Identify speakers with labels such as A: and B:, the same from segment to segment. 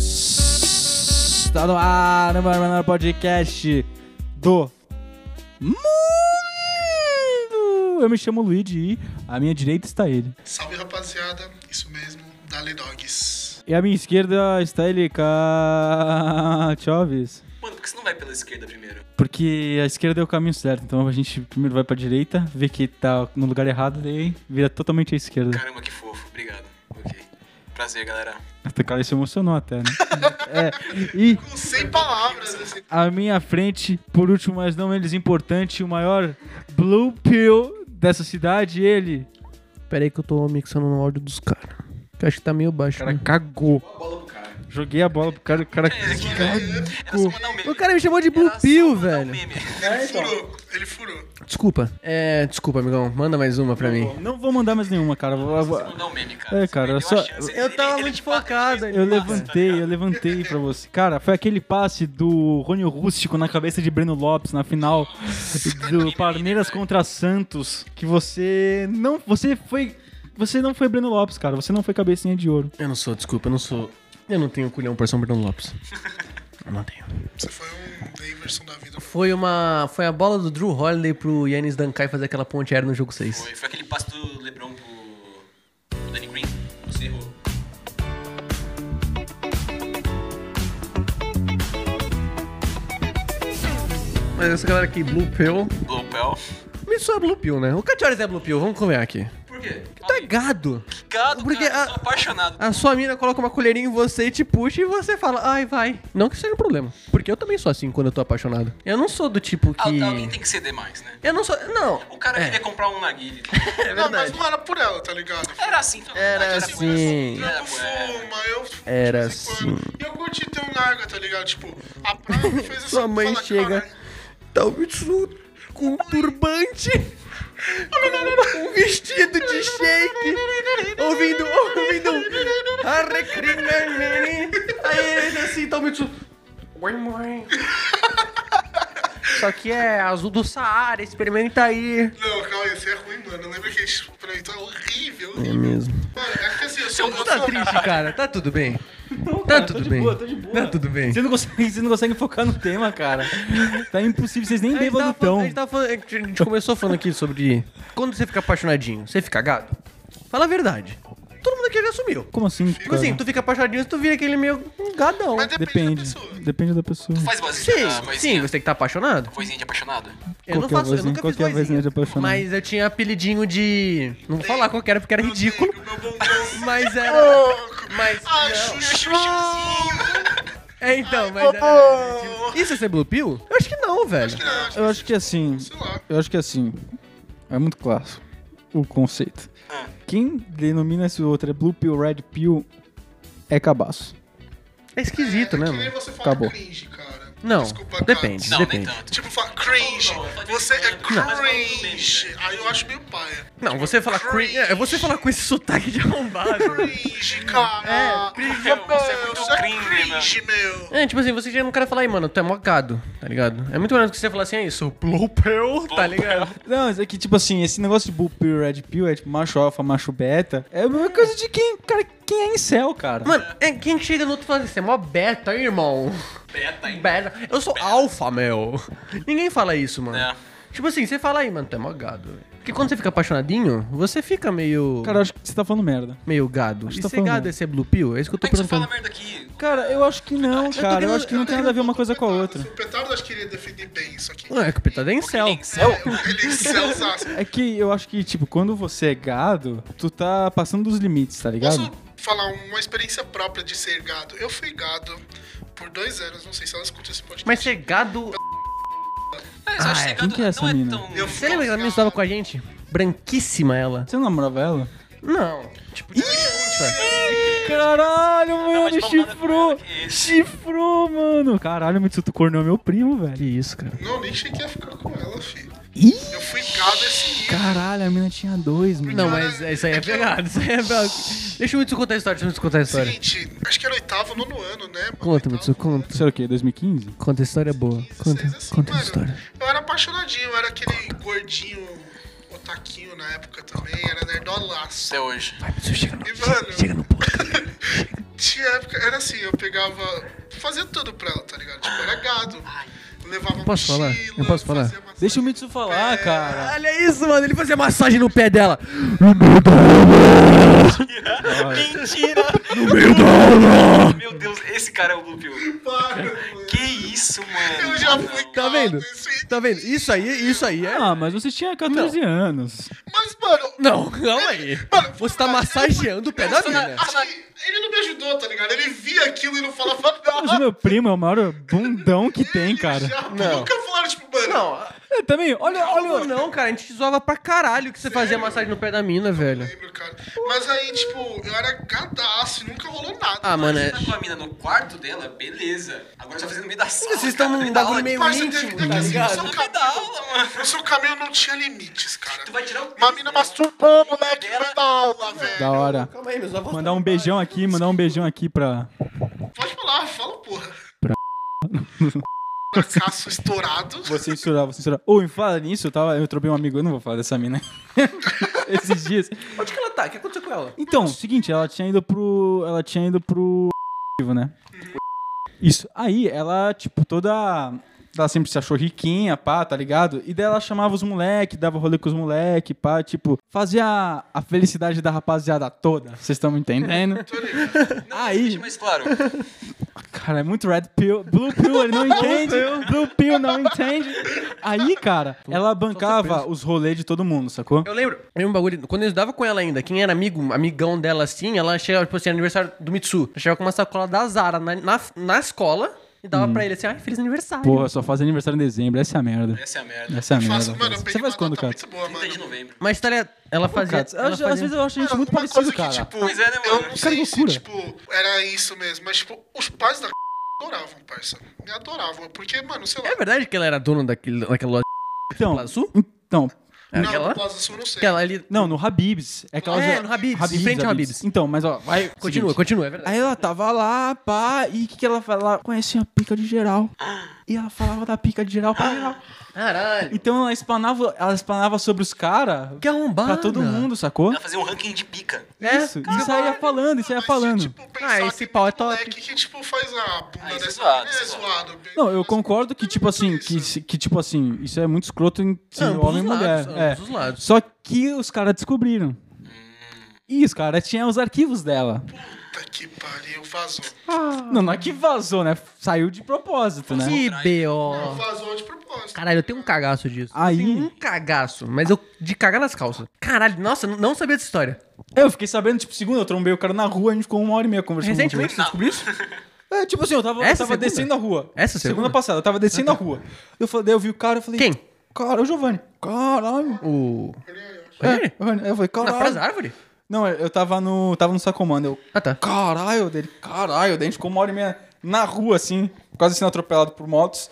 A: Está no ar o melhor podcast do mundo. Eu me chamo Luigi e à minha direita está ele.
B: Salve rapaziada, isso mesmo, Dali Dogs.
A: E à minha esquerda está ele, Ca- Choves.
C: Mano, por que você não vai pela esquerda primeiro?
A: Porque a esquerda é o caminho certo, então a gente primeiro vai pra direita, vê que tá no lugar errado, daí vira totalmente à esquerda.
C: Caramba, que fofo. Obrigado. Ok. Prazer, galera.
A: O cara se emocionou até, né? é. E
B: Com sem palavras, assim.
A: à minha frente, por último, mas não menos importante, o maior Blue Pill dessa cidade, ele.
D: Pera aí que eu tô mixando no áudio dos caras. Que eu acho que tá meio baixo. né?
A: cagou.
C: Bola do cara.
A: Joguei a bola pro cara, o cara
C: É, que, velho, era só mandar um meme.
D: O né? cara me chamou de Blue
C: Era só
D: Pill,
C: mandar um
D: velho.
C: meme.
D: É,
B: Ele
D: então.
B: furou, ele furou.
D: Desculpa. É, desculpa, amigão. Manda mais uma pra mim.
A: Não vou mandar mais nenhuma, cara. Vou-
C: Só
A: vou-
C: mandar um meme, cara.
A: É, cara,
C: Você
A: eu só-
C: perdeu a chance.
D: eu
C: Ele-
D: tava
C: ele-
D: muito
C: ele fala que
D: focado,
C: fez
A: Eu
C: massa, tá
A: levantei, eu
C: ligado?
A: levantei pra você. Cara, foi aquele passe do Rony Rústico na cabeça de Breno Lopes na final do Palmeiras contra Santos. Que você não. Você foi. Você não foi Breno Lopes, cara. Você não foi cabecinha de ouro.
D: Eu não sou, desculpa, eu não sou. Eu não tenho culhão pra São Bernardo Lopes. Eu não tenho.
B: Você foi um Daverson da vida.
D: Foi uma. Foi a bola do Drew Holiday pro Yannis Dankai fazer aquela ponte aérea no jogo 6.
C: Foi, foi aquele passe do Lebron pro, pro Danny Green. Você errou.
D: Mas essa galera aqui, Blue Pill.
C: Blue Pell.
D: Isso é Blue Pill, né? O Catiores é Blue Pill, vamos comer aqui.
C: Por quê?
D: Tá gado.
C: Gado,
D: Porque
C: cara,
D: a-
C: eu sou apaixonado.
D: A sua mina coloca uma colherinha em você e te puxa e você fala, ai, vai. Não que seja um problema. Porque eu também sou assim quando eu tô apaixonado. Eu não sou do tipo que.
C: Al- Alguém tem que ceder mais, né?
D: Eu não sou. Não.
C: O cara
D: é,
C: queria comprar um Naguile.
D: é
B: Não, mas
D: verdade.
B: não era por ela, tá ligado?
C: Era assim, na
D: Era
C: verdade, Era,
D: assim.
B: Eu
C: era,
B: fuma, eu fumo
D: Era
B: de
D: assim.
B: vez em quando. E eu curti ter um narga, tá ligado? Tipo, a praia fez assim.
D: Sua mãe
B: fala,
D: chega.
B: "Caralho,
D: Talvez com um turbante. com Um vestido de shake. Ouvindo, ouvindo. Arrecrinanene. né, Aí ele diz assim, Talmitsu. Oi, mãe. Isso aqui é azul do Saara, experimenta aí.
B: Não, calma aí, você é ruim, mano. Lembra que a gente pra mim tá horrível,
D: É
B: horrível.
D: mesmo.
B: Mano, é que assim, eu sou
D: Tá triste, cara. Tá tudo bem. Tá tudo bem. Tá tudo bem.
A: Você não consegue, você não consegue focar no tema, cara. Tá impossível, vocês nem
D: A gente,
A: bêbado
D: tava
A: estão.
D: falando- a gente tava falando- é a gente começou falando aqui sobre quando você fica apaixonadinho, você fica gado? Fala a verdade. Todo mundo aqui já assumiu.
A: Como assim?
D: Tipo assim, tu fica apaixonadinho, tu vira aquele meio um gadão.
B: Mas depende,
A: Depende.
B: da pessoa.
A: Depende da pessoa.
C: Faz vozinha,
D: Sim,
C: ah,
D: sim,
C: vozinha.
D: você tem que estar apaixonado.
C: Vozinha de apaixonado.
D: Eu não
A: Qualquer
D: faço, eu
A: vozinha-
D: nunca fiz
A: qualquer vozinha
D: vozinha,
A: de apaixonado.
D: Mas eu tinha apelidinho de... Não vou falar qual que era, porque era ridículo.
B: Meu bombom.
D: Mas era... Mas...
B: Ah,
D: não.
B: chuchuzinho.
D: É, então, mas era... Isso é ser Blue Pill? Eu acho que não, velho.
A: Eu acho que assim.
B: Sei lá.
A: Eu acho que assim. É muito clássico o conceito.
C: Ah.
A: Quem denomina esse outro é Blue Pill, Red Pill, é cabaço.
D: É esquisito, né,
B: Que nem
D: mano?
B: você fala
A: Acabou.
B: cringe, cara.
D: Não,
B: Desculpa, cara.
D: depende,
C: Não, nem
D: depende.
C: tanto.
B: Tipo, fala cringe.
C: Não, não,
B: Você é
C: não.
B: cringe. Aí eu acho meio paia.
D: Não, você falar cringe. É, você falar com esse sotaque de arrombado.
B: Cringe, cara.
D: É, cringe,
B: Meu,
C: você é muito
B: você é
C: cringe, né?
B: cringe, meu.
D: É, tipo assim, você chega no cara e fala, aí, mano, tu é mó gado, tá ligado? É muito melhor do que você falar assim, é isso, plopel, tá ligado?
A: Não, mas é que, tipo assim, esse negócio de Blue Pill, Red Pill é tipo macho alfa, macho beta. É a mesma coisa de quem, cara, quem é em céu, cara.
D: Mano, é, quem chega no outro e fala assim, você é mó beta, hein, irmão?
C: Tá Beta ainda.
D: Beta. Eu sou alfa, meu. Ninguém fala isso, mano.
C: É.
D: Tipo assim, você fala aí, mano, tu é mó gado. velho." Porque quando você fica apaixonadinho, você fica meio.
A: Cara, eu acho que você tá falando merda.
D: meio gado.
A: acho
D: E
A: que tá
D: ser
A: falando.
D: gado é ser blue pill? É isso que eu tô
C: Como é que você
D: perguntando.
C: fala merda aqui?
A: Cara, eu acho que não, cara. Eu
D: querendo-
A: acho que não tem nada a ver uma coisa com a outra.
B: O Petardo acho que queria definir bem isso aqui.
D: Não, é que o Petardo é em céu.
C: Céu?
B: Ele usasse.
A: É que eu acho que, tipo, quando você é gado, tu tá passando dos limites, tá
B: Posso
A: ligado?
B: falar uma experiência própria de ser gado? Eu fui gado por dois anos, não sei se ela escuta esse podcast.
D: Mas ser gado
C: Mas eu acho
D: Ah,
C: que
D: é.
C: gado
A: Quem que é essa
C: não é
A: mina?
C: tão...
B: Eu-
D: Você lembra que ela me estudava com a gente? Branquíssima ela.
A: Você não namorava ela?
D: Não. Tipo, nossa.
A: Caralho, mano,
C: mas vamos dar
A: chifrou!
C: pra ela que-
A: Chifrou, mano! Caralho, muito tu cornou meu primo, velho.
D: Que isso, cara.
B: Não, nem cheguei a ficar com ela, filho. Eu fui gado esse nível.
A: Caralho, a mina tinha dois, mano.
D: Não, mas isso aí é pegado. Isso aí é pegado. Deixa o Mitsu contar a história, deixa o Mitsu contar a história.
B: Seguinte, acho que era oitavo, nono ano, né? mano?
D: Conta,
B: Oitavo,
D: Mitsu,
B: nono ano.
D: conta.
A: Isso era o quê? 2015?
D: Conta a história boa. Conta,
B: Vocês, assim,
D: conta a
B: mano,
D: história.
B: Eu era apaixonadinho, eu era aquele gordinho otaquinho na época também, era nerdolaço.
C: Até hoje.
D: Vai, Mitsu, chega no,
B: E, mano,
D: chega no ponto.
B: Tinha época, era assim, eu pegava. Fazia tudo pra ela, tá ligado? Tipo, era gado. Levava
D: Não posso falar,
B: mochila,
D: não posso falar.
B: fazia massagem.
A: Deixa o Mitsu falar, cara.
D: Olha é isso, mano. Ele fazia massagem no pé dela.
C: Mentira! Meu Deus, esse cara é o Blue Pill.
B: Para, mano.
C: Que isso,
B: Eu
C: mano?
B: já fui
D: Tá
B: gado, assim.
D: vendo?
B: isso-
D: Tá vendo? Isso aí, isso aí é.
A: Ah, mas você tinha 14 anos.
B: Mas, mano,
D: Não, calma aí.
B: Mano,
D: Você tá massageando o pé da mina.
B: acho que assim, ele não me ajudou, tá ligado? Ele via aquilo e não falava
A: Mas o
B: nada.
A: meu primo é o maior bundão que tem,
B: Ele
A: cara.
B: já-
D: Não.
B: Nunca falaram, tipo, mano.
D: Não,
A: Eu É, também, olha,
D: olha,
A: olha.
D: não, cara. A gente zoava pra caralho que você fazia massagem no pé da mina, velho.
B: lembro, cara. Mas aí, tipo, eu era gadaço e nunca rolou nada.
D: Ah, mano, é.
C: Tá com a mina no quarto dela, beleza. Agora tá fazendo no meio da sala.
D: Vocês estão num bagulho meio
B: Parça,
D: íntimo,
B: é que
D: tá
B: assim,
D: ligado?
B: só-
C: No meio da aula, mano.
B: O seu caminho não tinha limites, cara.
C: Tu vai tirar o
B: Uma mina masturbou, moleque, vai dar aula, velho.
A: Da hora.
D: Calma aí, meus avós.
A: Mandar um beijão aqui, mandar um beijão aqui pra.
B: Pode falar, fala, porra. Fracasso estourado.
A: Vou censurar, vou censurar. Ou, em falar nisso, eu, tava, eu tropei um amigo, eu não vou falar dessa mina. Esses dias.
D: Onde que ela tá? O que aconteceu com ela?
A: Então, seguinte, ela tinha ido pro. Ela tinha ido pro. né? Isso. Aí, ela, tipo, toda. Ela sempre se achou riquinha, pá, tá ligado? E daí ela chamava os moleque, dava rolê com os moleque, pá, tipo, fazia a felicidade da rapaziada toda. Vocês estão me entendendo? Aí,
C: Mas claro,
A: Cara, é muito red pill. Blue pill ele não entende. Blue pill não entende. Aí, cara, ela bancava os rolês de todo mundo, sacou?
D: Eu lembro, eu lembro um bagulho, quando eu estudava com ela ainda, quem era amigo, amigão dela assim, ela chegava, tipo assim, aniversário do Mitsu, ela chegava com uma sacola da Zara na, na, na escola e dava pra ele assim, ai, feliz aniversário.
A: Hum. Porra, só faz aniversário em dezembro. Essa é a merda.
C: essa é a merda.
A: Essa é a
B: Faço,
A: merda.
B: mano, eu
A: Você
B: peguei
A: faz
B: uma
A: quando,
B: nota
A: cara?
B: muito boa,
C: 30 de
B: mano.
C: novembro.
D: Mas tá ligado, ela fazia...
A: Cara, eu-
D: Ela fazia
A: às vezes eu acho a gente
B: Mano,
A: muito
B: uma
A: parecido,
B: coisa que,
A: cara.
B: tipo,
C: Pois é, né,
B: eu
C: mano?
B: não
A: Que
B: sei se,
A: loucura.
B: tipo, era isso mesmo, mas, tipo, os pais da c... adoravam, parça. Me adoravam, porque, mano, sei lá.
D: É verdade que ela era dona daquele, daquela loja
A: Então,
B: tipo,
D: Plaza Sul?
A: então,
C: É,
D: Era
B: não,
D: aquela?
B: no Plaza Sul, eu não sei.
D: Aquela ali...
A: não, no Habibs. É, aquela
D: É, no Habib's, em frente ao Habib's.
A: Então, mas ó, vai.
D: Continua,
A: seguinte.
D: continua, é verdade.
A: Aí ela tava lá, pá, e o que, que ela falava? Conhecia a pica de geral. E ela falava da pica de geral pra geral.
D: Caralho.
A: Então ela espanava, ela espanava sobre os caras
D: Que arrombada.
A: pra todo mundo, sacou?
C: Ela fazia um ranking de pica.
D: É,
A: Isso, e saía falando, e saía
B: Mas,
A: falando.
B: tipo, pensar
D: Ah, esse
B: que
D: pau é
B: tem
D: top.
B: moleque que, tipo, faz a bunda
C: Ah, isso é
B: dessa
C: zoado,
B: menina, é
C: isso é
B: zoado.
A: Não, eu
B: Mas-
A: concordo que, tipo assim, que, se- que tipo assim, isso é muito escroto em sim,
D: Ambos
A: homem e
D: os
A: mulher.
D: lados,
A: é.
D: ambos os lados.
A: Só que os caras descobriram.
D: Hum.
A: E os caras tinham os arquivos dela.
B: Puta que pariu, vazou.
D: Ah.
A: Não, não é que vazou, né? Saiu de propósito, né?
D: Que
B: Não,
D: B.O.
B: vazou de propósito.
D: Caralho, eu tenho um cagaço disso.
A: Aí-
D: Eu tenho um cagaço, mas eu de cagar nas calças. Caralho, nossa, n- não sabia dessa história.
A: Eu fiquei sabendo, tipo, segunda, eu trombei o cara na rua, a gente ficou uma hora e meia conversando.
D: Recentemente você
C: Não.
D: descobriu isso?
A: É, tipo assim, eu tava, eu
D: Essa
A: tava
D: segunda?
A: descendo a rua.
D: Essa segunda?
A: passada, eu tava descendo a rua. Eu falei, daí eu vi o cara, eu falei...
D: Quem?
A: Cara, é o Giovanni. Caralho.
D: O.
A: É, Giovanni. Aí eu falei,
D: Na
A: caralho.
D: praça da árvore?
A: Não, eu eu tava no, tava no Sacomando, eu...
D: Ah, tá.
A: Caralho, dele, caralho, daí a gente ficou uma hora e meia na rua, assim, quase sendo atropelado por motos.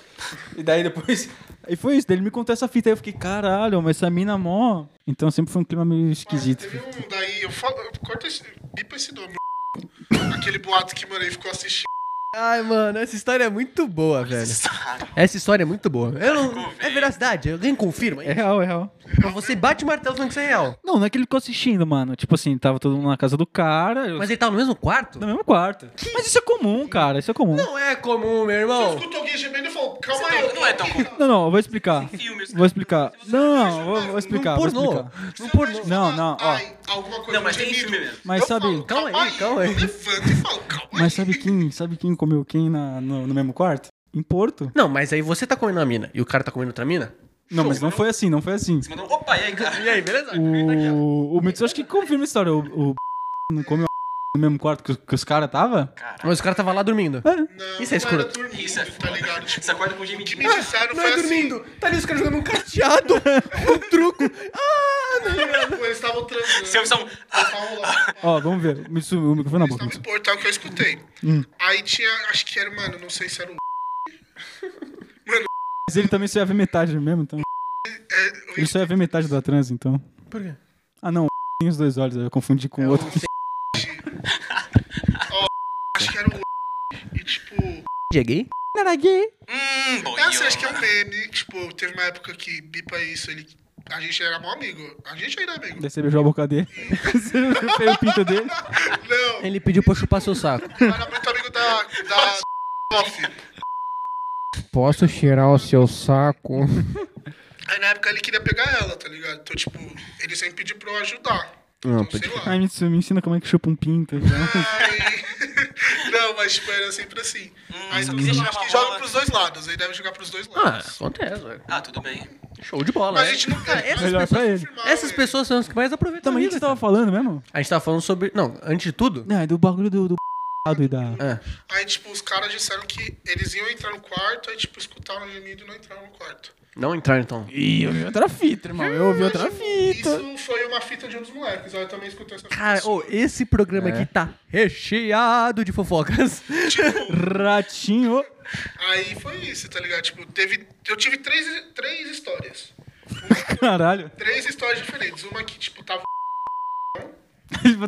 A: E daí depois. E foi isso, daí ele me contou essa fita aí, eu fiquei, caralho, mas essa mina é mó. Então sempre foi um clima meio esquisito.
B: Teve um daí, eu falo, eu corto esse, bipa esse nome. Aquele boato que, mano, ele ficou assistindo.
D: Ai, mano, essa história é muito boa, velho. Essa história é muito boa. Eu não... É veracidade, alguém confirma.
A: É
D: hein?
A: real, é real.
D: Mas Você bate o martelo falando que isso é real.
A: Não, não é que ele ficou assistindo, mano. Tipo assim, tava todo mundo na casa do cara, eu
D: Mas é ele tava no mesmo quarto?
A: no mesmo quarto. Mas isso é comum, cara, isso é comum. Não,
D: Não é comum, meu
B: Eu
D: irmão.
B: escuto alguém gemendo e falo, calma aí.
C: Não, não é tão complicado.
A: não, eu vou explicar.
C: filmes.
A: Vou explicar. Não, não, vou, vou explicar, vou
D: Pornô.
A: explicar.
D: Não pornô.
A: Não, não, ó.
B: Ai, alguma coisa
C: Não, mas
B: de
C: tem
B: gemido.
C: filme mesmo.
A: Mas
B: Eu
A: sabe-
B: falo,
D: Calma aí, calma aí.
B: Eu levanto e falo, calma
A: Mas
B: aí.
A: sabe quem, sabe quem comeu quem na- no- no mesmo quarto? Em Porto.
D: Não, mas aí você tá comendo uma mina e o cara tá comendo outra mina?
A: Não, mas não foi assim, não foi assim.
C: Você mandou, opa, e aí, cara?
D: E aí, beleza?
A: O, o Mitsu acho que confirma a história. O, o não come no mesmo quarto que, os- que os caras tava?
D: Mas o cara tava lá dormindo.
B: Não,
D: Isso é
B: não era
D: escroto.
B: dormindo,
C: Isso é
B: Tá
C: foda.
B: ligado? Tipo,
C: Você acorda com o
B: o
C: Jimmy
B: que
C: Jim.
B: me disseram
D: Não
B: foi
D: é
B: assim.
D: dormindo. Tá ali os caras jogando um cateado. um truco. Ah, não.
B: Eles estavam transando.
C: tá Seu Ah, são.
B: Estavam lá.
A: Ó, vamos ver. Mitsu, o microfone na boca.
B: Tava
A: Mitsu.
B: no portal que eu escutei.
A: Hum.
B: Aí tinha, acho que era, mano, não sei se era o.
A: Mas ele também só ia ver metade mesmo, então.
B: É,
A: Ele só ia ver metade da trans, então.
D: Por quê?
A: Ah, não. Tem os dois olhos, eu confundi com o outro.
B: Acho que era o. E tipo.
D: É gay?
A: Era gay.
C: Hum, bom.
B: É assim, Essa acho que é um meme. Tipo, teve uma época que bipa isso, ele A gente era mó amigo. A gente ainda é amigo.
A: Daí você beijou a boca dele. Você beijou o pinto dele.
B: Não,
D: Ele pediu pra eu chupar seu saco.
B: eu era muito amigo da. da. off.
D: Posso cheirar o seu saco?
B: Aí na época ele queria pegar ela, tá ligado? Então, tipo, ele sempre pediu pra eu ajudar.
D: Não,
B: então, sei lá.
A: Ai, me ensina, me ensina como é que chupa um pinto. então.
B: Aí- Não, mas tipo, era sempre assim. Aí
C: só
B: só
C: queria
B: que
C: jogar
B: acho
C: uma
B: que
C: bola.
B: joga pros dois lados, aí deve jogar pros dois
D: Ah,
B: lados.
D: acontece, velho.
C: Ah, tudo bem.
D: Show de bola,
B: Mas
D: né?
B: a gente não tá-
D: Cara,
B: quer.
D: essas
A: Melhor pra
D: pessoas,
A: ele.
D: essas pessoas são as que mais
A: Então,
D: aproveitam a
A: mas o que
D: vida.
A: você tava falando mesmo?
D: A gente tava falando sobre... Não, antes de tudo...
A: Não, é do bagulho do, do p****ado e da...
D: Ah,
B: Aí, tipo, os caras disseram que eles iam entrar no quarto, aí, tipo, escutaram o gemido e não entraram no quarto.
D: não entrar, então.
A: Ih, eu vi outra fita, irmão. Eu ouvi outra fita.
B: tipo, Isso foi uma fita de um dos moleques, ó, eu também escutei essa
D: Cara,
B: fita.
D: ô, esse programa aqui tá recheado de fofocas.
A: Ratinho.
B: Aí foi isso, tá ligado? Tipo, teve. Eu tive três, três histórias.
A: Caralho.
B: Três histórias diferentes. Uma que, tipo, tava.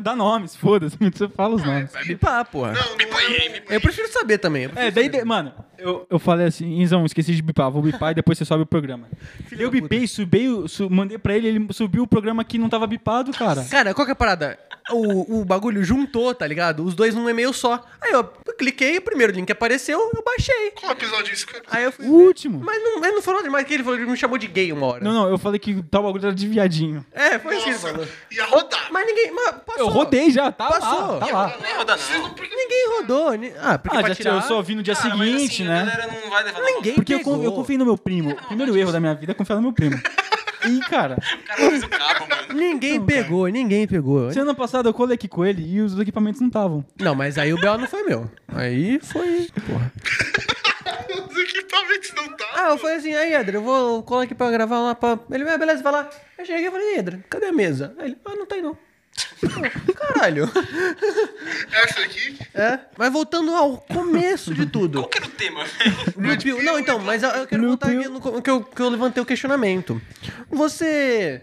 A: Dá nomes, foda-se. Você fala os nomes.
D: Vai bipar, porra.
B: Não, é um- não era...
D: Eu prefiro saber também. eu prefiro
A: É, daí, de- mano, eu, eu falei assim, Inzão, esqueci de bipar, vou bipar e depois você sobe o programa. eu bipei, subi, o- su- mandei pra ele, ele subiu o programa que não tava bipado, cara.
D: Cara, qual que é a parada? O, o bagulho juntou, tá ligado? Os dois num e-mail só. Aí eu cliquei, o primeiro link apareceu, eu baixei.
B: Qual episódio isso, cara?
D: Aí eu
A: O
D: fui.
A: último.
D: Mas não, mas não falou demais que ele falou, ele me chamou de gay uma hora.
A: Não, não, eu falei que tal bagulho era de viadinho.
D: É, foi isso que ele
B: Nossa,
D: falou.
B: ia rodar.
D: Mas ninguém. Mas
A: Eu
D: passou.
A: rodei já, tá lá,
D: Passou.
A: tá lá.
C: Não ia rodar, não.
B: Vocês não- por que-
D: Ninguém rodou. ni- Ah, porque
A: Ah,
D: pra
A: já
D: tirar...
A: eu só vi no dia
C: Cara, mas
A: seguinte,
C: assim, A
A: né?
C: galera não vai levar na mão.
D: Ninguém
A: Porque eu,
D: pegou.
A: con- eu confiei no meu primo. O primeiro erro da minha vida é confiar no meu primo. E, cara,
C: O cara fez o cabo, mano.
D: Ninguém pegou, ninguém pegou.
A: semana passada eu colei aqui com ele e os equipamentos não estavam.
D: Não, mas aí o B.O. não foi meu. Aí foi. Porra.
B: Os equipamentos não tá.
D: Ah, eu falei assim, aí, Edra, eu vou colar aqui pra gravar lá pra. Ele, ah, beleza, vai lá. Eu cheguei e falei, Edra, cadê a mesa? Aí ele, ah, não tem não. Caralho.
B: Essa aqui.
D: É. Mas voltando ao começo de tudo.
C: Qual que era o tema, velho?
D: Blue Pill. Não, então, mas eu- eu quero
A: Blue
D: voltar aqui
A: Pill.
D: no co- que, eu, que eu levantei o questionamento. Você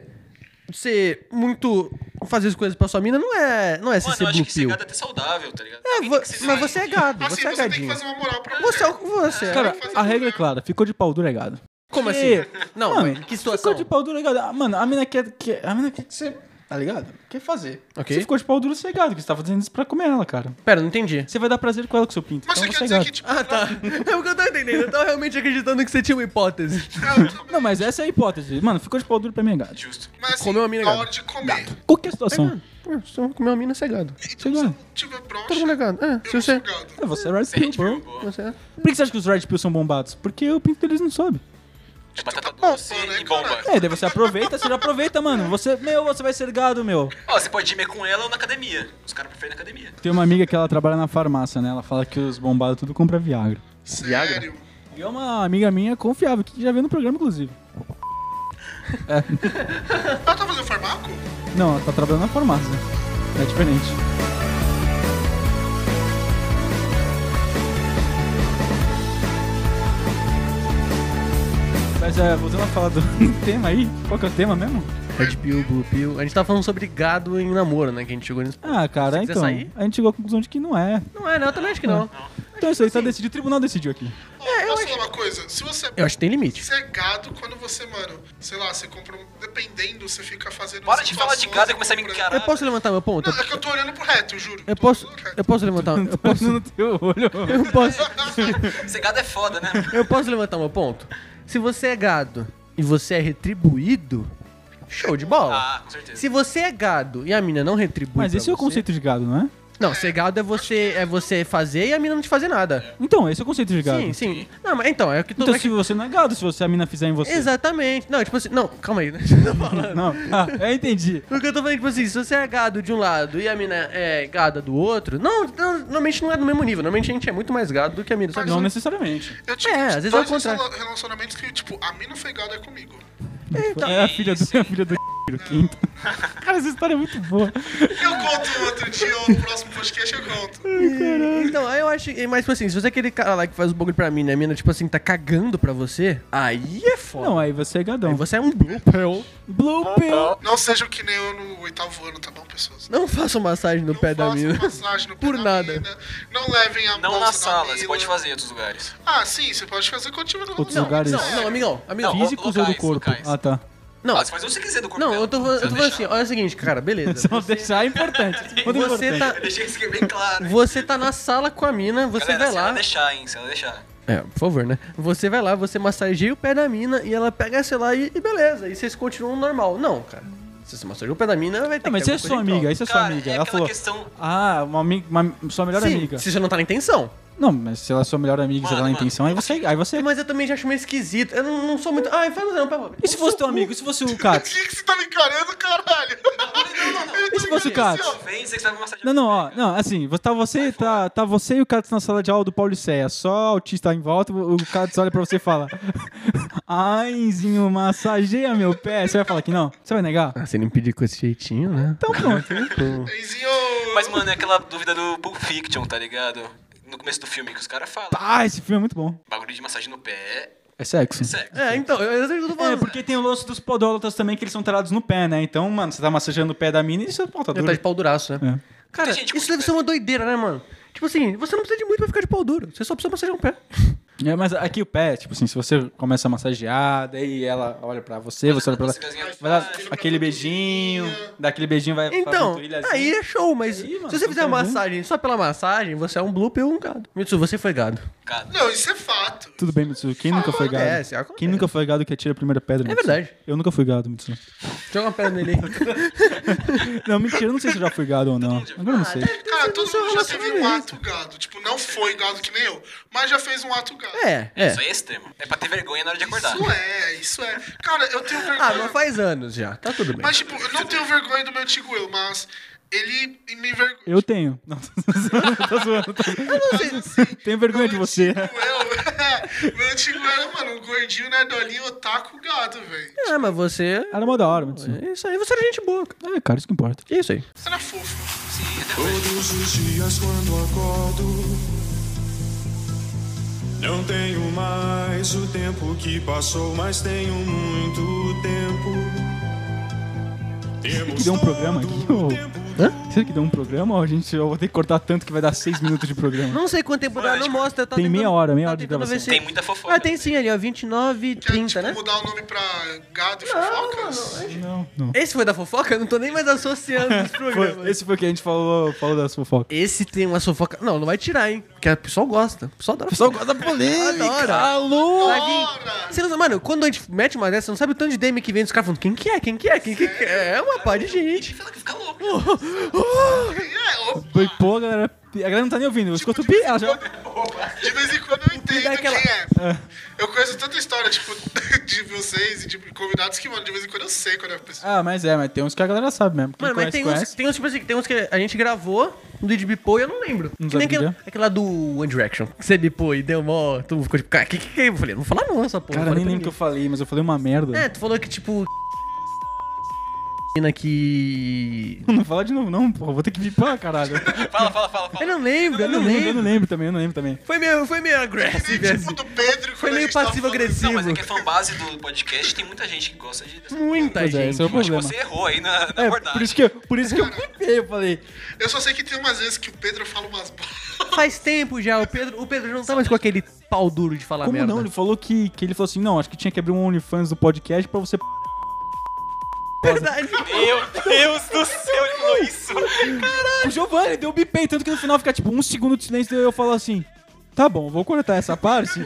D: ser muito. fazer as coisas pra sua mina não é. Não é se
C: Mano,
D: ser
C: eu acho
D: Blue
C: que ser
D: Pill.
C: gado é até saudável, tá ligado?
D: É,
C: Alguém
D: vo-
C: tem que ser
D: mas
C: gado.
D: você é gado,
B: Assim,
D: você é
B: você tem que
D: gadinho.
B: fazer uma moral pra
D: Você é o
B: mulher.
D: que você é.
A: Cara,
B: faz
A: a
B: um
A: regra é
B: lugar.
A: clara, ficou de pau duro é gado.
D: Como assim?
A: Que-
D: Não,
A: Mano,
D: mas que situação?
A: Ficou de pau duro é gado. Ah, Mano, a mina quer, quer, a mina quer que você... Tá ligado? Quer fazer.
D: Ok.
A: Você ficou de pau duro, você é gado, que você tá fazendo isso pra comer ela, cara.
D: Pera, não entendi.
A: Você vai dar prazer com ela com seu pinto.
B: Mas
A: então
B: você quer
A: você é
B: dizer
A: gado.
B: que, tipo,
D: Ah, tá. É o que eu tô entendendo. Eu tava realmente acreditando que você tinha uma hipótese.
B: tipo,
A: Não, mas essa é a hipótese. Mano, ficou de pau duro pra mim é gado.
C: Justo.
B: mas assim,
D: Comeu a mina,
B: na
D: gado.
B: hora de comer.
A: Qualquer
D: É,
A: situação.
D: Tipo, Pô, se eu comer uma mina, você é gado.
B: Então, se
A: Sei lá.
B: eu não tiver broncha,
D: Todo mundo é gado.
B: eu
D: É, se
B: não sou
D: você...
B: gado.
A: É, você é Red
C: Tem
A: Pill,
C: gente
A: bro.
C: viu, boa.
D: você é-
A: Por que você acha que os Red Pill são bombados? Porque o pinto deles não sobe.
C: É batata
B: bom,
C: doce
B: né,
C: e bomba.
A: É, daí você aproveita, você já aproveita, mano. Você, meu, você vai ser gado, meu.
C: Ó, você pode gemer com ela ou na academia. Os caras preferem na academia.
A: Tem uma amiga que ela trabalha na farmácia, né? Ela fala que os bombados tudo compra Viagra.
B: Sério.
A: E é uma amiga minha confiável, que já veio no programa, inclusive.
B: Ela tá fazendo farmaco?
A: Não, ela tá trabalhando na farmácia. É diferente. Mas é, voltando a falar do tema aí, qual que é o tema mesmo?
D: Red pill, blue pill. A gente tava falando sobre gado em namoro, né? Que a gente chegou nisso.
A: Ah, cara,
D: Se quiser
A: então.
D: sair?
A: A gente chegou à conclusão de que não é.
D: Não é, não. Eu também acho que não.
A: Então isso aí tá decidido, o tribunal decidiu aqui.
B: É, eu Posso falar uma coisa? Se você é
D: Eu acho que tem limite.
B: Você é gado quando você, mano, sei lá, você compra um. Dependendo, você fica fazendo.
C: Para de falar de gado e começar a me
B: encarar.
C: encarar.
D: Eu posso levantar meu ponto?
B: Não, é que eu tô olhando pro reto, eu juro.
D: Eu
B: Tô
D: posso...
B: olhando pro reto.
D: Eu posso levantar... Eu posso...
A: no teu olho.
D: Eu posso...
C: Ser gado é foda, né?
D: Eu posso levantar meu ponto? Se você é gado e você é retribuído, show de bola.
C: Ah, com certeza.
D: Se você é gado e a mina não retribui
A: Mas
D: pra
A: esse é o
D: você-
A: conceito de gado, não é?
D: Não, ser gado é você, é você fazer e a mina não te fazer nada.
A: Então, esse é o conceito de gado.
D: Sim, sim. Não, mas então, é o que tu...
A: Então
D: é que-
A: se você não é gado, se você a mina fizer em você.
D: Exatamente. Não, tipo assim... Não, calma aí, né? Eu tô falando.
A: Não, ah, eu entendi.
D: Porque eu tô falando, tipo assim, se você é gado de um lado e a mina é gada do outro, não, não- normalmente não é do mesmo nível. Normalmente a gente é muito mais gado do que a mina, sabe?
A: Não necessariamente.
B: Eu tive
D: É, às vezes é o
B: dois
D: contrário.
B: rela- relacionamentos que, tipo, a mim não foi gado, é comigo.
D: Então,
A: É a filha do, é a filha do quinto. Cara, essa história é muito boa.
B: Eu conto outro dia, ou no próximo podcast eu conto.
A: né?
D: Então, aí eu acho. Mas, tipo assim, se você é aquele cara lá que faz o bagulho pra mim, né? A mina, tipo assim, tá cagando pra você, aí é foda.
A: Não, aí você é gadão.
D: Aí você é um blue pill.
A: Blue pill.
B: Não sejam que nem eu no oitavo ano, tá bom, pessoas?
D: Não façam massagem no
B: Não
D: pé da
B: façam
D: mina.
B: massagem no pé
D: Por
B: da
D: nada.
B: mina, Não levem a
C: Não
B: bolsa
C: na
B: da
C: sala,
B: mina.
C: você pode fazer em outros lugares.
B: Ah, sim, você pode fazer quando tiver no é,
A: Outros
D: Não,
A: lugares.
D: não, não, amigão, amigão.
C: Não,
D: Não,
A: Físicos ou do
C: locais,
A: corpo?
C: locais.
A: Ah, tá.
D: Não,
C: Ah, você faz o que você quiser do corpo
D: não,
C: dela.
D: eu tô, falando-
C: Se
D: eu tô falando
C: deixar.
D: assim, olha o seguinte, cara, beleza.
A: Só deixar é importante. Muito
D: Você
A: importante.
D: tá-
C: Eu deixei isso aqui bem claro. hein?
D: Você tá na sala com a mina, você
C: Galera,
D: vai
C: se
D: lá.
C: ela deixar, hein? Se ela deixar.
D: É, por favor, né? Você vai lá, você massageia o pé da mina e ela pega, sei lá, e, e beleza. E vocês continuam normal. Não, cara. Se você massageia o pé da mina, vai ter
A: Não, mas você
D: que ter
A: é
D: alguma
A: sua
D: coisa em
A: amiga,
D: troca.
A: isso é sua
C: Cara,
A: amiga.
C: é
A: Ela
C: aquela
A: falou.
C: questão-
A: Ah, uma, amiga, uma sua melhor
D: Sim,
A: amiga.
D: se você não tá na intenção.
A: Não, mas se ela é sua melhor amiga e você
C: Mano,
A: tá na
C: mano.
A: intenção, aí você. Aí você...
D: Mas eu também já acho meio esquisito. Eu não, não sou muito... Ai, faz um não, pera.
A: E se fosse teu amigo? E se fosse o
B: Por
A: Katz?
B: que, que você tá me encarando, caralho?
C: Não, não, não.
B: Ele
A: E se
B: tá
A: fosse o
B: me
A: Katz?
B: assim, ó.
C: Vem, você que vai me massagear.
A: Não, não, ó. Não, assim, você- tá você, tá, tá você e o Katz na sala de aula do Pauliceia. Só autista em volta, o o Katz olha pra você e fala: Aizinho, massageia meu pé. Você vai falar que não? Você vai negar?
D: Ah, você não pediu com esse jeitinho, né?
A: Então pronto.
B: é Eizinho,
C: Mas, mano, é aquela dúvida do Pulp Fiction, tá ligado? No começo do filme que os caras falam.
A: Ah, esse filme é muito bom.
C: Bagulho de massagem no pé
A: É sexo.
C: é sexo.
D: É, então, eu, eu, eu tô
A: É,
D: falando.
A: porque tem o lance dos podólatas também, que eles são tarados no pé, né? Então, mano, você tá massageando o pé da mina e isso é ponta
D: Já tá
A: dura.
D: de pau duraço, né?
A: É.
D: Cara,
C: Tem gente com
D: isso deve
C: pé.
D: ser uma doideira, né, mano? Tipo assim, você não precisa de muito pra ficar de pau duro. Você só precisa massagear um pé.
A: É, mas aqui o pé, tipo assim, se você começa a massagear, daí ela olha pra você, você olha pra ela, vai dar aquele beijinho, dá aquele beijinho, vai pra
D: Então,
A: panturrilhazinha.
D: aí é show, mas
A: Aí, mano,
D: se você
A: não
D: fizer
A: tem
D: uma
A: jeito.
D: massagem só pela massagem, você é um blue ou um gado. Mitsu, você foi gado.
C: Cara,
B: Não, isso é fato.
A: Tudo bem, Mitsu, quem nunca foi gado?
D: Acontece, acontece.
A: Quem nunca foi gado que atira a primeira pedra,
D: É
A: Mitsu?
D: verdade.
A: Eu nunca fui gado, Mitsu.
D: Joga uma pedra nele.
A: Não, mentira, eu não sei se eu já fui gado ou não. Agora eu não sei.
B: Cara, todo
D: Isso é um
B: mundo já teve um
D: relacionamento.
B: ato gado. Tipo, não foi gado que nem eu, mas já fez um ato gado.
D: É, é.
C: isso aí é extremo. É pra ter vergonha na hora de acordar.
B: Isso é, isso é. Cara, eu tenho vergonha.
D: Ah, mas faz anos já. Tá tudo bem.
B: Mas, tipo, eu não tenho vergonha do meu antigo eu, mas ele me vergonha.
A: Eu tenho. Não, tô zoando, tô zoando. Tô zoando. Tenho vergonha de você.
B: Eu, meu antigo eu, mano, um gordinho, nerdolinho, otaku, gado, velho.
D: Ah, mas você.
A: Era mó da hora, Mitsu.
D: É Isso aí, você era gente boa. cara.
A: É, cara, isso que importa.
D: É Isso aí.
B: Era fofo.
E: Todos os dias quando acordo, não tenho mais o tempo que passou, mas tenho muito tempo. Temos
A: que deu um programa
E: todo
A: aqui,
E: o
A: ô?
E: tempo
A: Será que deu um programa ou a gente eu vou ter que cortar tanto que vai dar seis minutos de programa?
D: Não sei quanto tempo dá, não mostra. Tá
A: Tem
D: tentando-
A: meia hora, meia
D: tá
A: hora de
D: tentando
A: gravação.
D: ver se-
C: Tem muita fofoca.
D: Ah, tem sim ali, ó. 29
B: Quer,
D: 30,
B: tipo,
D: né?
B: mudar o nome pra gado e fofocas?
A: Não, não.
D: Esse foi da fofoca? Eu não tô nem mais associando os
A: Foi-
D: programas. esse...
A: esse foi o que a gente falou, falou das fofocas.
D: tem uma fofoca. Não, não vai tirar, hein? Porque o pessoal gosta. O pessoal adora.
A: Só gosta da polêmica.
D: Adora.
A: Alô!
D: Vai vir- Você não sabe- mano, quando a gente mete uma dessa, você não sabe o tanto de DM que vem dos caras falando: quem que é? Quem que é? Quem que é? É uma pá de gente.
C: Fala que fica louco.
B: É, ô,
A: Foi pô, galera. A galera não tá nem ouvindo. Escuta o pi, ela já.
B: de vez em quando eu entendo
D: daquela- Ah.
B: quem é. Eu conheço tanta história, tipo, de vocês e de convidados que, mano, de vez em quando eu sei quando é a pessoa.
A: Ah, mas é, mas tem uns que a galera sabe mesmo. Quem
D: Mano, mas
A: conhece,
D: tem uns,
A: conhece.
D: tem uns, tipo assim, tem uns que a gente gravou do de Bipô e eu não lembro.
A: Não
D: que nem
A: sabe
D: aquela,
A: brilhar?
D: aquela do One Direction. Que você bipou e deu mó. Tu ficou tipo, cara, que que que é? Eu falei, não vou falar não essa porra.
A: Cara,
D: eu
A: nem
D: falei
A: lembro o que eu
D: pra
A: falei, mas eu falei uma merda.
D: ninguém. É, tu falou que tipo. Menina que.
A: Não fala de novo, não, porra. Vou ter que bipar, caralho.
C: Fala, fala, fala, fala.
D: Eu não é lembro, eu não
A: Eu não
D: lembro.
A: lembro também, eu não lembro também.
D: Foi meio, foi meio agressivo,
B: Tipo,
D: assim.
B: do Pedro,
D: Foi
B: quando a
D: meio
B: gente tava falando-
D: passivo-agressivo.
C: tá Não, mas é que é fanbase do podcast, tem muita gente que gosta de...
D: Muita
A: Pois é,
D: gente.
A: esse é o
C: Eu acho que
A: problema.
C: você errou aí na, na
A: É,
C: abordagem.
A: por isso que eu, por isso que eu bipei, eu falei.
B: Eu só sei que tem umas vezes que o Pedro fala umas bolas.
D: Faz tempo já, o Pedro, o Pedro não tá mais com aquele pau duro de falar
A: Como
D: merda.
A: não? Ele falou que, que ele falou assim: não, acho que tinha que abrir um OnlyFans do podcast pra você.
D: Verdade.
A: assim.
C: Meu Deus do céu, ele falou isso.
A: O Ah, Giovanni deu bipei, tanto que no final fica tipo um segundo de silêncio e eu falo assim: tá bom, vou cortar essa parte.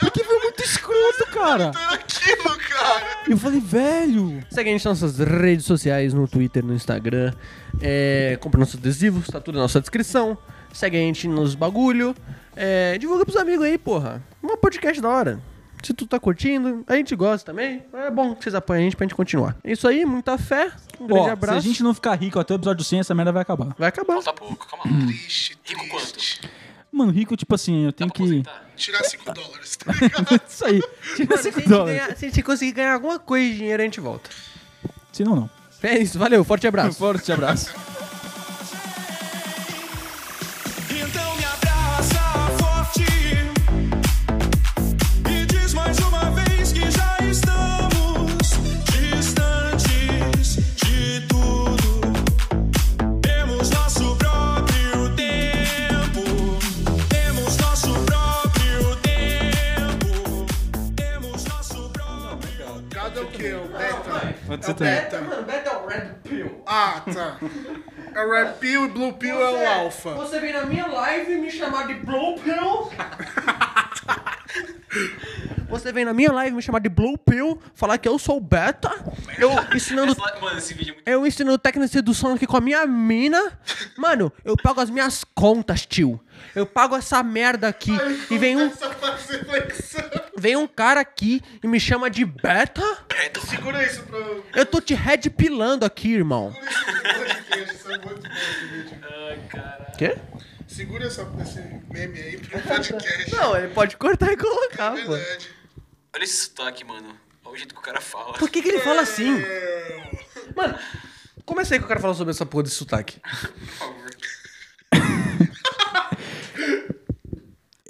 A: Porque foi muito escroto, cara.
B: Era aquilo, cara.
A: E eu falei, velho.
D: Segue a gente nas nossas redes sociais, no Twitter, no Instagram. É, compra nossos adesivos, tá tudo na nossa descrição. Segue a gente nos bagulho. É, divulga pros amigos aí, porra. Um podcast da hora. Se tu tá curtindo, a gente gosta também. É bom que vocês apoiem a gente pra gente continuar. É isso aí, muita fé. Um grande
A: Ó, se
D: abraço.
A: a gente não ficar rico até o episódio 100, essa merda vai acabar.
D: Vai acabar.
C: Falta pouco, calma lá.
B: Triste,
C: Rico
B: triste.
A: Mano, rico, tipo assim, eu tenho que.
C: Aposentar.
B: Tirar 5 dólares, tá ligado?
A: Isso aí. Tira
D: Se a,
A: 5
D: gente
A: dólares.
D: ganhar- se a gente conseguir ganhar alguma coisa de dinheiro, a gente volta.
A: Se não, não.
D: É isso, valeu, forte
A: Um
D: abraço.
A: forte abraço.
E: Então me abraça forte e diz mais uma vez que já estamos distantes de tudo. Temos nosso próprio tempo. Temos nosso próprio tempo. Temos nosso próprio.
B: Gado é o quê? É o beta?
A: Pode ser também.
D: mano, beta é o Red Pill.
B: Ah, tá. É o Red Pill e Blue Pill é o Alpha.
D: Você vem na minha live me chamar de Blue Pill. Você vem na minha live me chamar de Blue Pill, falar que eu sou beta, eu ensinando
C: Esse lá- Mano, esse vídeo é muito.
D: Eu ensino técnica de sedução aqui com a minha mina. Mano, eu pago as minhas contas, tio. Eu pago essa merda aqui. E vem um,
B: Começa a fazer tá flexão.
D: vem um cara aqui e me chama de beta.
B: Segura isso pra eu.
D: Eu tô te redpilando aqui, irmão.
B: Isso é muito bom esse vídeo.
C: Ai, cara.
D: Quê?
B: Segura essa, esse meme aí pro podcast.
D: Não, ele pode cortar e colocar,
B: é
D: pô.
B: verdade.
C: Olha esse sotaque, mano. Olha o jeito que o cara fala.
D: Por que, que ele fala assim?
B: É,
D: Mano, comecei que eu quero falar sobre essa porra de sotaque.
C: Por favor.